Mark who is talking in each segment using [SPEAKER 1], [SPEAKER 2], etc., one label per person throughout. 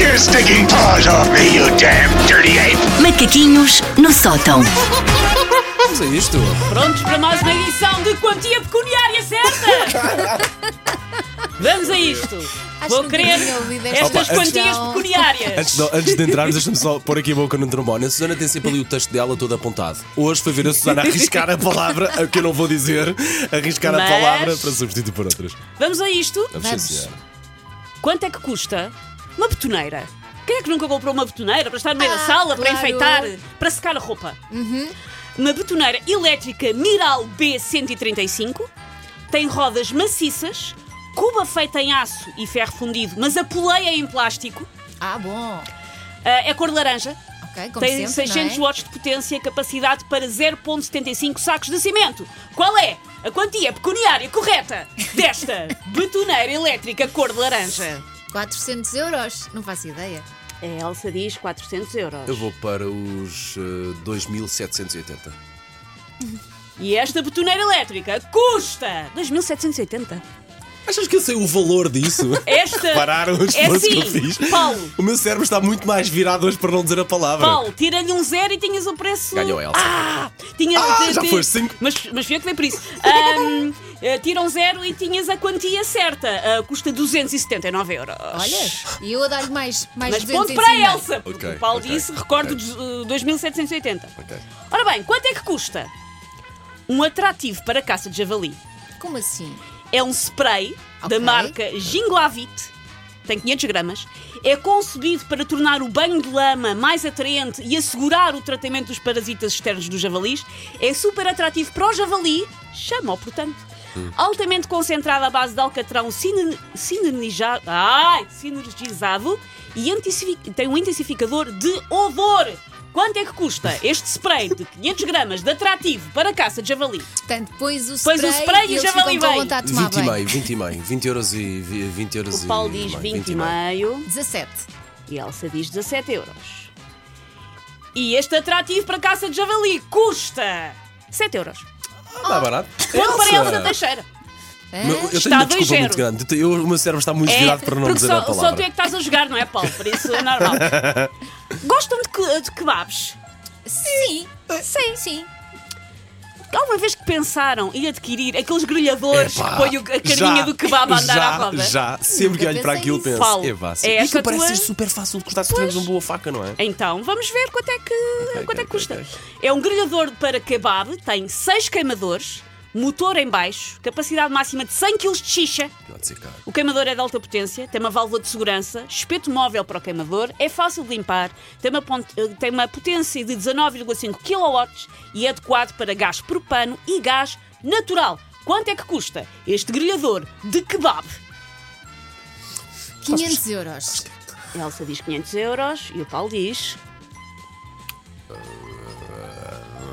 [SPEAKER 1] your stinking paws off me, you damn dirty ape!
[SPEAKER 2] Macaquinhos no sótão.
[SPEAKER 3] Vamos a isto.
[SPEAKER 4] Prontos para mais uma edição de Quantia Pecuniária Certa? Vamos a isto. Vou
[SPEAKER 5] que
[SPEAKER 4] querer
[SPEAKER 5] nunca tinha ouvido esta
[SPEAKER 4] estas
[SPEAKER 3] Opa, antes-
[SPEAKER 4] quantias pecuniárias.
[SPEAKER 3] Antes de, antes de entrarmos, deixa-me só pôr aqui a boca no trombone. A Susana tem sempre ali o texto dela todo apontado. Hoje foi ver a Susana arriscar a palavra, a que eu não vou dizer, arriscar a
[SPEAKER 4] Mas-
[SPEAKER 3] palavra para substituir por outras.
[SPEAKER 4] Vamos a isto.
[SPEAKER 3] Vamos, sim, senhora.
[SPEAKER 4] Quanto é que custa uma betoneira? Quem é que nunca comprou uma betoneira para estar no meio da
[SPEAKER 5] Ah,
[SPEAKER 4] sala, para
[SPEAKER 5] claro. Uhum.
[SPEAKER 4] enfeitar, para secar a roupa? Uma betoneira elétrica Miral B135 tem rodas maciças, cuba feita em aço e ferro fundido, mas a poleia é em plástico,
[SPEAKER 5] Ah, bom.
[SPEAKER 4] ah, é cor laranja,
[SPEAKER 5] Ok, como
[SPEAKER 4] tem
[SPEAKER 5] sempre,
[SPEAKER 4] 600
[SPEAKER 5] não é?
[SPEAKER 4] watts de potência, capacidade para 0,75 sacos de cimento. Qual é a quantia pecuniária correta desta betoneira elétrica cor de laranja?
[SPEAKER 5] 400 euros, não faço ideia.
[SPEAKER 4] A Elsa diz 400 euros.
[SPEAKER 3] Eu vou para os eh, 2780.
[SPEAKER 4] E esta betoneira elétrica custa 2.780.
[SPEAKER 3] Achas que eu sei o valor disso?
[SPEAKER 4] Esta.
[SPEAKER 3] Pararam o
[SPEAKER 4] é
[SPEAKER 3] esforço
[SPEAKER 4] assim,
[SPEAKER 3] que eu fiz.
[SPEAKER 4] Paulo,
[SPEAKER 3] O meu cérebro está muito mais virado hoje para não dizer a palavra.
[SPEAKER 4] Paulo, tira-lhe um zero e tinhas o preço.
[SPEAKER 3] Ganhou a Elsa.
[SPEAKER 4] Ah! Tinha,
[SPEAKER 3] Ah,
[SPEAKER 4] ti-
[SPEAKER 3] já
[SPEAKER 4] ti-
[SPEAKER 3] foste cinco.
[SPEAKER 4] Mas, mas fui eu que dei por isso. Ahm, eh, tira um zero e tinhas a quantia certa. Ah, custa 279 euros.
[SPEAKER 5] Olha, e eu a dar-lhe mais, mais
[SPEAKER 4] Mas
[SPEAKER 5] 200
[SPEAKER 4] ponto
[SPEAKER 5] em
[SPEAKER 4] para a
[SPEAKER 5] cima.
[SPEAKER 4] Elsa, porque
[SPEAKER 3] Ok,
[SPEAKER 4] o Paulo
[SPEAKER 3] ok,
[SPEAKER 4] disse, recordo,
[SPEAKER 3] ok.
[SPEAKER 4] dos, eh, 2780.
[SPEAKER 3] Ok.
[SPEAKER 4] Ora bem, quanto é que custa um atrativo para caça de javali?
[SPEAKER 5] Como assim?
[SPEAKER 4] É um spray da
[SPEAKER 5] Ok.
[SPEAKER 4] marca Ginglavit, tem 500 gramas. É concebido para tornar o banho de lama mais atraente e assegurar o tratamento dos parasitas externos dos javalis. É super atrativo para o javali, chama-o, portanto. Altamente concentrado à base de alcatrão sinen- sinergizado, ai, sinergizado e intensifi- tem um intensificador de odor. Quanto é que custa este spray de 500 gramas de atrativo para caça de javali?
[SPEAKER 5] Portanto, pões o spray,
[SPEAKER 4] Pões o spray e o
[SPEAKER 5] eles
[SPEAKER 4] javali
[SPEAKER 5] ficam com
[SPEAKER 4] vem.
[SPEAKER 5] vontade de tomar
[SPEAKER 3] 20 e
[SPEAKER 5] banho.
[SPEAKER 3] meio, 20 e meio, 20 euros e vi- 20 euros
[SPEAKER 4] O Paulo
[SPEAKER 3] e
[SPEAKER 4] diz
[SPEAKER 3] meio,
[SPEAKER 4] 20 e meio.
[SPEAKER 5] 17.
[SPEAKER 4] E a Elsa diz 17 euros. E este atrativo para caça de javali custa 7 euros.
[SPEAKER 3] Ah, está barato.
[SPEAKER 4] Ponto para a Elsa Teixeira.
[SPEAKER 5] Hã?
[SPEAKER 3] Meu, eu tenho
[SPEAKER 4] É? Está
[SPEAKER 3] uma
[SPEAKER 4] dois
[SPEAKER 3] desculpa muito
[SPEAKER 4] zero.
[SPEAKER 3] grande. Eu tenho- eu- o meu cérebro está muito virado para não
[SPEAKER 4] É, porque
[SPEAKER 3] dizer
[SPEAKER 4] só,
[SPEAKER 3] a
[SPEAKER 4] só tu
[SPEAKER 3] palavra.
[SPEAKER 4] é que estás a jogar, não é, Paulo? Por isso é normal. Gostam de, que, de kebabs?
[SPEAKER 5] Sim, sim, sim.
[SPEAKER 4] Alguma vez que pensaram em adquirir aqueles grelhadores
[SPEAKER 3] Epá,
[SPEAKER 4] que põem o- a carinha
[SPEAKER 3] já,
[SPEAKER 4] do kebab a andar
[SPEAKER 3] já,
[SPEAKER 4] à roda?
[SPEAKER 3] Já, sempre que
[SPEAKER 5] Nunca
[SPEAKER 3] olho para
[SPEAKER 5] pensei
[SPEAKER 3] aquilo
[SPEAKER 5] nisso.
[SPEAKER 3] penso.
[SPEAKER 4] Paulo,
[SPEAKER 3] Epá, sim.
[SPEAKER 4] é
[SPEAKER 3] Isto
[SPEAKER 4] esta
[SPEAKER 3] parece
[SPEAKER 4] tua-
[SPEAKER 3] ser super fácil de cortar se tivermos uma boa faca, não é?
[SPEAKER 4] Então, vamos ver quanto é que, quanto é
[SPEAKER 3] ok,
[SPEAKER 4] que custa.
[SPEAKER 3] ok.
[SPEAKER 4] É um grelhador para kebab, tem 6 queimadores, motor em baixo, capacidade máxima de 100 kg de xixa.
[SPEAKER 3] Pode ser caro.
[SPEAKER 4] O queimador é de alta potência, tem uma válvula de segurança, espeto móvel para o queimador, é fácil de limpar, tem uma, pont- eh, tem uma potência de 19,5 kW e é adequado para gás propano e gás natural. Quanto é que custa este grelhador de kebab?
[SPEAKER 5] 500 euros.
[SPEAKER 4] A Elsa diz 500 euros e o Paulo diz...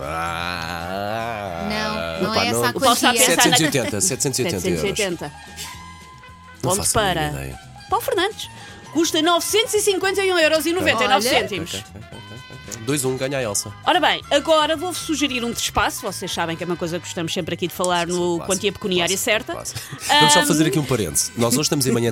[SPEAKER 3] Ah,
[SPEAKER 5] Não, não
[SPEAKER 3] Epá,
[SPEAKER 5] é essa a
[SPEAKER 4] O Paulo está a
[SPEAKER 5] quantia.
[SPEAKER 4] pensar na-
[SPEAKER 3] 780, 780 euros.
[SPEAKER 4] 780.
[SPEAKER 3] Não
[SPEAKER 4] Ponto
[SPEAKER 3] faço a mínima
[SPEAKER 4] para
[SPEAKER 3] ideia.
[SPEAKER 4] Paulo Fernandes. Custa 951,99
[SPEAKER 5] Olha.
[SPEAKER 4] cêntimos.
[SPEAKER 3] 2-1, ganha a Elsa.
[SPEAKER 4] Ora bem, agora vou-vos sugerir um despaço. Vocês sabem que é uma coisa que gostamos sempre aqui de falar no
[SPEAKER 3] Clássico,
[SPEAKER 4] Quantia Pecuniária
[SPEAKER 3] clássico,
[SPEAKER 4] Certa.
[SPEAKER 3] clássico. Vamos só
[SPEAKER 4] Ahm,
[SPEAKER 3] fazer aqui um parênteses. Nós hoje estamos em manhã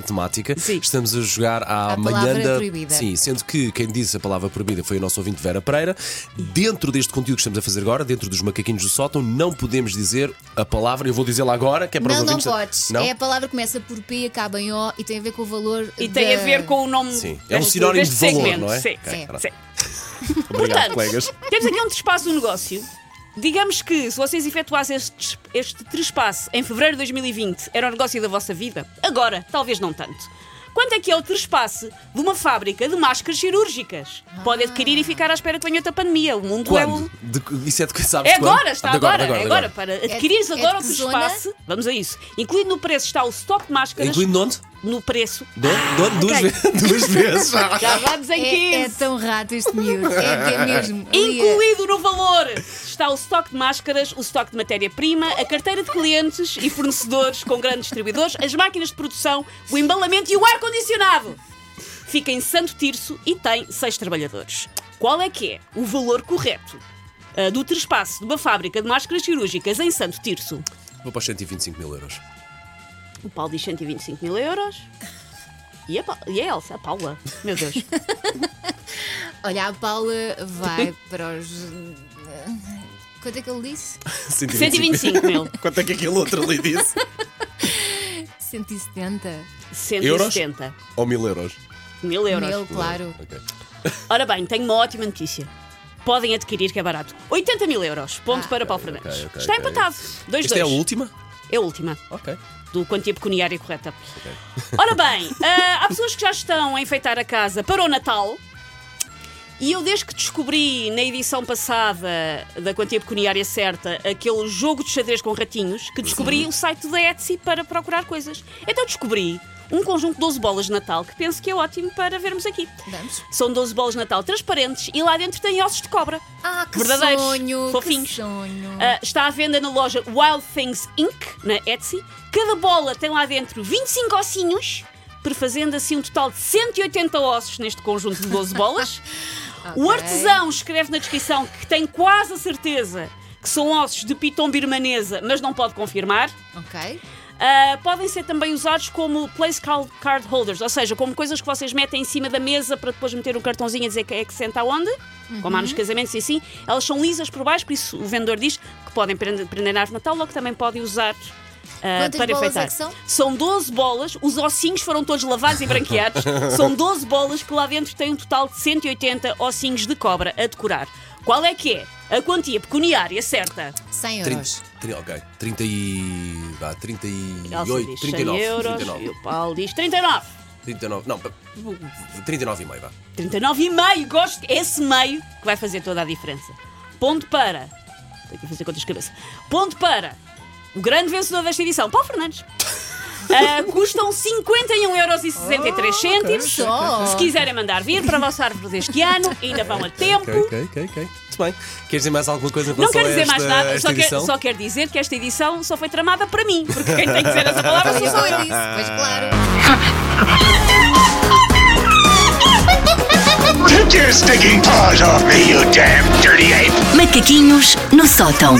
[SPEAKER 3] temática,
[SPEAKER 4] Sim.
[SPEAKER 3] estamos a jogar à
[SPEAKER 5] A
[SPEAKER 3] manhã
[SPEAKER 5] palavra
[SPEAKER 3] da.
[SPEAKER 5] proibida.
[SPEAKER 3] Sim, sendo que quem disse a palavra proibida foi o nosso ouvinte Vera Pereira. Dentro deste conteúdo que estamos a fazer agora, dentro dos macaquinhos do sótão, não podemos dizer a palavra, eu vou dizê-la agora, que é para
[SPEAKER 5] Não,
[SPEAKER 3] os
[SPEAKER 5] não
[SPEAKER 3] ouvintes.
[SPEAKER 5] podes.
[SPEAKER 3] Não?
[SPEAKER 5] É a palavra que começa por P, acaba em O e tem a ver com o valor.
[SPEAKER 4] E tem
[SPEAKER 5] da-
[SPEAKER 4] a ver com o nome.
[SPEAKER 3] Sim, é um
[SPEAKER 4] deste-
[SPEAKER 3] sinónimo
[SPEAKER 4] deste
[SPEAKER 3] de valor,
[SPEAKER 4] segmento.
[SPEAKER 3] não é?
[SPEAKER 4] Sim,
[SPEAKER 3] Ok,
[SPEAKER 5] sim,
[SPEAKER 3] pronto.
[SPEAKER 4] sim.
[SPEAKER 3] Obrigado,
[SPEAKER 4] Portanto,
[SPEAKER 3] colegas.
[SPEAKER 4] Temos aqui um despaço do negócio. Digamos que se vocês efetuassem este, des- este trespasso em fevereiro de 2020, era o negócio da vossa vida? Agora, talvez não tanto. Quanto é que é o trespasse de uma fábrica de máscaras cirúrgicas? Pode adquirir e ficar à espera que venha outra pandemia. O mundo é um.
[SPEAKER 3] Quando? De- isso é de que sabes
[SPEAKER 4] É
[SPEAKER 3] quando?
[SPEAKER 4] agora, está
[SPEAKER 3] Ah, de
[SPEAKER 4] agora,
[SPEAKER 3] de
[SPEAKER 4] é
[SPEAKER 3] de
[SPEAKER 4] agora, para adquirires
[SPEAKER 5] de- é de
[SPEAKER 4] agora o
[SPEAKER 5] que
[SPEAKER 4] que
[SPEAKER 5] zona?
[SPEAKER 4] espaço. Vamos a isso. Incluído no preço está o stock de máscaras
[SPEAKER 3] Incluindo onde?
[SPEAKER 4] no preço.
[SPEAKER 3] Do- do- duas,
[SPEAKER 4] ok.
[SPEAKER 3] ve- duas vezes.
[SPEAKER 4] Já vamos em
[SPEAKER 5] É, é
[SPEAKER 4] 15.
[SPEAKER 5] tão rato este miúdo. É, é mesmo. Ali é-
[SPEAKER 4] Incluído no valor está o estoque de máscaras, o estoque de matéria-prima, a carteira de clientes e fornecedores com grandes distribuidores, as máquinas de produção, o embalamento e o ar-condicionado. Fica em Santo Tirso e tem seis trabalhadores. Qual é que é o valor correto ah, do trespasse de uma fábrica de máscaras cirúrgicas em Santo Tirso?
[SPEAKER 3] Vou para os 125 mil euros.
[SPEAKER 4] O Paulo diz 125 mil euros. E a, Pa- e a Elsa, a Paula. Meu Deus.
[SPEAKER 5] Olha, a Paula vai para os. Quanto é que ele disse?
[SPEAKER 4] 125 mil.
[SPEAKER 3] Quanto é que aquele outro ali disse?
[SPEAKER 5] 170
[SPEAKER 4] 170
[SPEAKER 3] Ou mil euros?
[SPEAKER 4] mil euros.
[SPEAKER 5] mil, claro.
[SPEAKER 3] Ok.
[SPEAKER 4] Ora bem, tenho uma ótima notícia. Podem adquirir, que é barato. 80 mil euros. Ponto para Paulo Fernandes.
[SPEAKER 3] ok, ok,
[SPEAKER 4] Está
[SPEAKER 3] ok.
[SPEAKER 4] empatado. 2-2.
[SPEAKER 3] Esta é a última?
[SPEAKER 4] É a última.
[SPEAKER 3] Ok.
[SPEAKER 4] do quantia pecuniária correta. Ora bem, ah, há pessoas que já estão a enfeitar a casa para o Natal. E eu, desde que descobri na edição passada da quantia pecuniária certa aquele jogo de xadrez com ratinhos, que descobri o site da Etsy para procurar coisas. Então descobri um conjunto de 12 bolas de Natal que penso que é ótimo para vermos aqui.
[SPEAKER 5] Vamos.
[SPEAKER 4] São 12 bolas de Natal transparentes e lá dentro tem ossos de cobra.
[SPEAKER 5] Ah, que
[SPEAKER 4] Verdadeiros,
[SPEAKER 5] sonho!
[SPEAKER 4] fofinhos.
[SPEAKER 5] Que sonho!
[SPEAKER 4] Ah, está à venda na loja Wild Things Inc., na Etsy. Cada bola tem lá dentro 25 ossinhos, perfazendo assim um total de 180 ossos neste conjunto de 12 bolas. O
[SPEAKER 5] Ok.
[SPEAKER 4] artesão escreve na descrição que tem quase a certeza que são ossos de piton birmanesa, mas não pode confirmar.
[SPEAKER 5] Ok.
[SPEAKER 4] Ah, podem ser também usados como place cal- card holders, ou seja, como coisas que vocês metem em cima da mesa para depois meter um cartãozinho a dizer que é que senta aonde, como
[SPEAKER 5] Uhum.
[SPEAKER 4] há nos casamentos e assim. Elas são lisas por baixo, por isso o vendedor diz que podem prender, prender na árvore de Natal ou que também podem usar. ah,
[SPEAKER 5] Quantas
[SPEAKER 4] para
[SPEAKER 5] bolas
[SPEAKER 4] enfeitar.
[SPEAKER 5] é que são?
[SPEAKER 4] 12 bolas, os ossinhos foram todos lavados e branqueados. são 12 bolas que lá dentro têm um total de 180 ossinhos de cobra a decorar. Qual é que é? A quantia pecuniária certa.
[SPEAKER 5] 100
[SPEAKER 3] Trin-
[SPEAKER 5] euros.
[SPEAKER 3] tri- ok. 30 e. Vá, 38,
[SPEAKER 4] Elsa diz
[SPEAKER 3] 39.
[SPEAKER 4] 100 euros
[SPEAKER 3] 39.
[SPEAKER 4] e o Paulo diz 39.
[SPEAKER 3] 39. Não, 39 e meio, vá.
[SPEAKER 4] 39 e meio, gosto. Esse meio que vai fazer toda a diferença. Ponto para. Tenho que fazer contas de cabeça. Ponto para o grande vencedor desta edição, Paulo Fernandes. Ah, custam
[SPEAKER 3] Ah,
[SPEAKER 4] 51,63€.
[SPEAKER 5] Só.
[SPEAKER 4] Se quiserem mandar vir para a vossa árvore deste ano, ainda vão a tempo.
[SPEAKER 3] ok, ok, ok. Muito bem. Queres dizer mais alguma coisa em
[SPEAKER 4] Ah, Não
[SPEAKER 3] relação
[SPEAKER 4] quero
[SPEAKER 3] a
[SPEAKER 4] dizer
[SPEAKER 3] esta,
[SPEAKER 4] mais nada,
[SPEAKER 3] esta
[SPEAKER 4] só quero,
[SPEAKER 3] edição?
[SPEAKER 4] só quero dizer que esta edição só foi tramada para mim, porque quem tem que dizer essa palavra sou
[SPEAKER 5] Olha,
[SPEAKER 4] só
[SPEAKER 5] foi
[SPEAKER 4] eu.
[SPEAKER 5] disso, pois claro.
[SPEAKER 1] Take your stinking paws off me, you damn dirty ape!
[SPEAKER 2] Macaquinhos no sótão.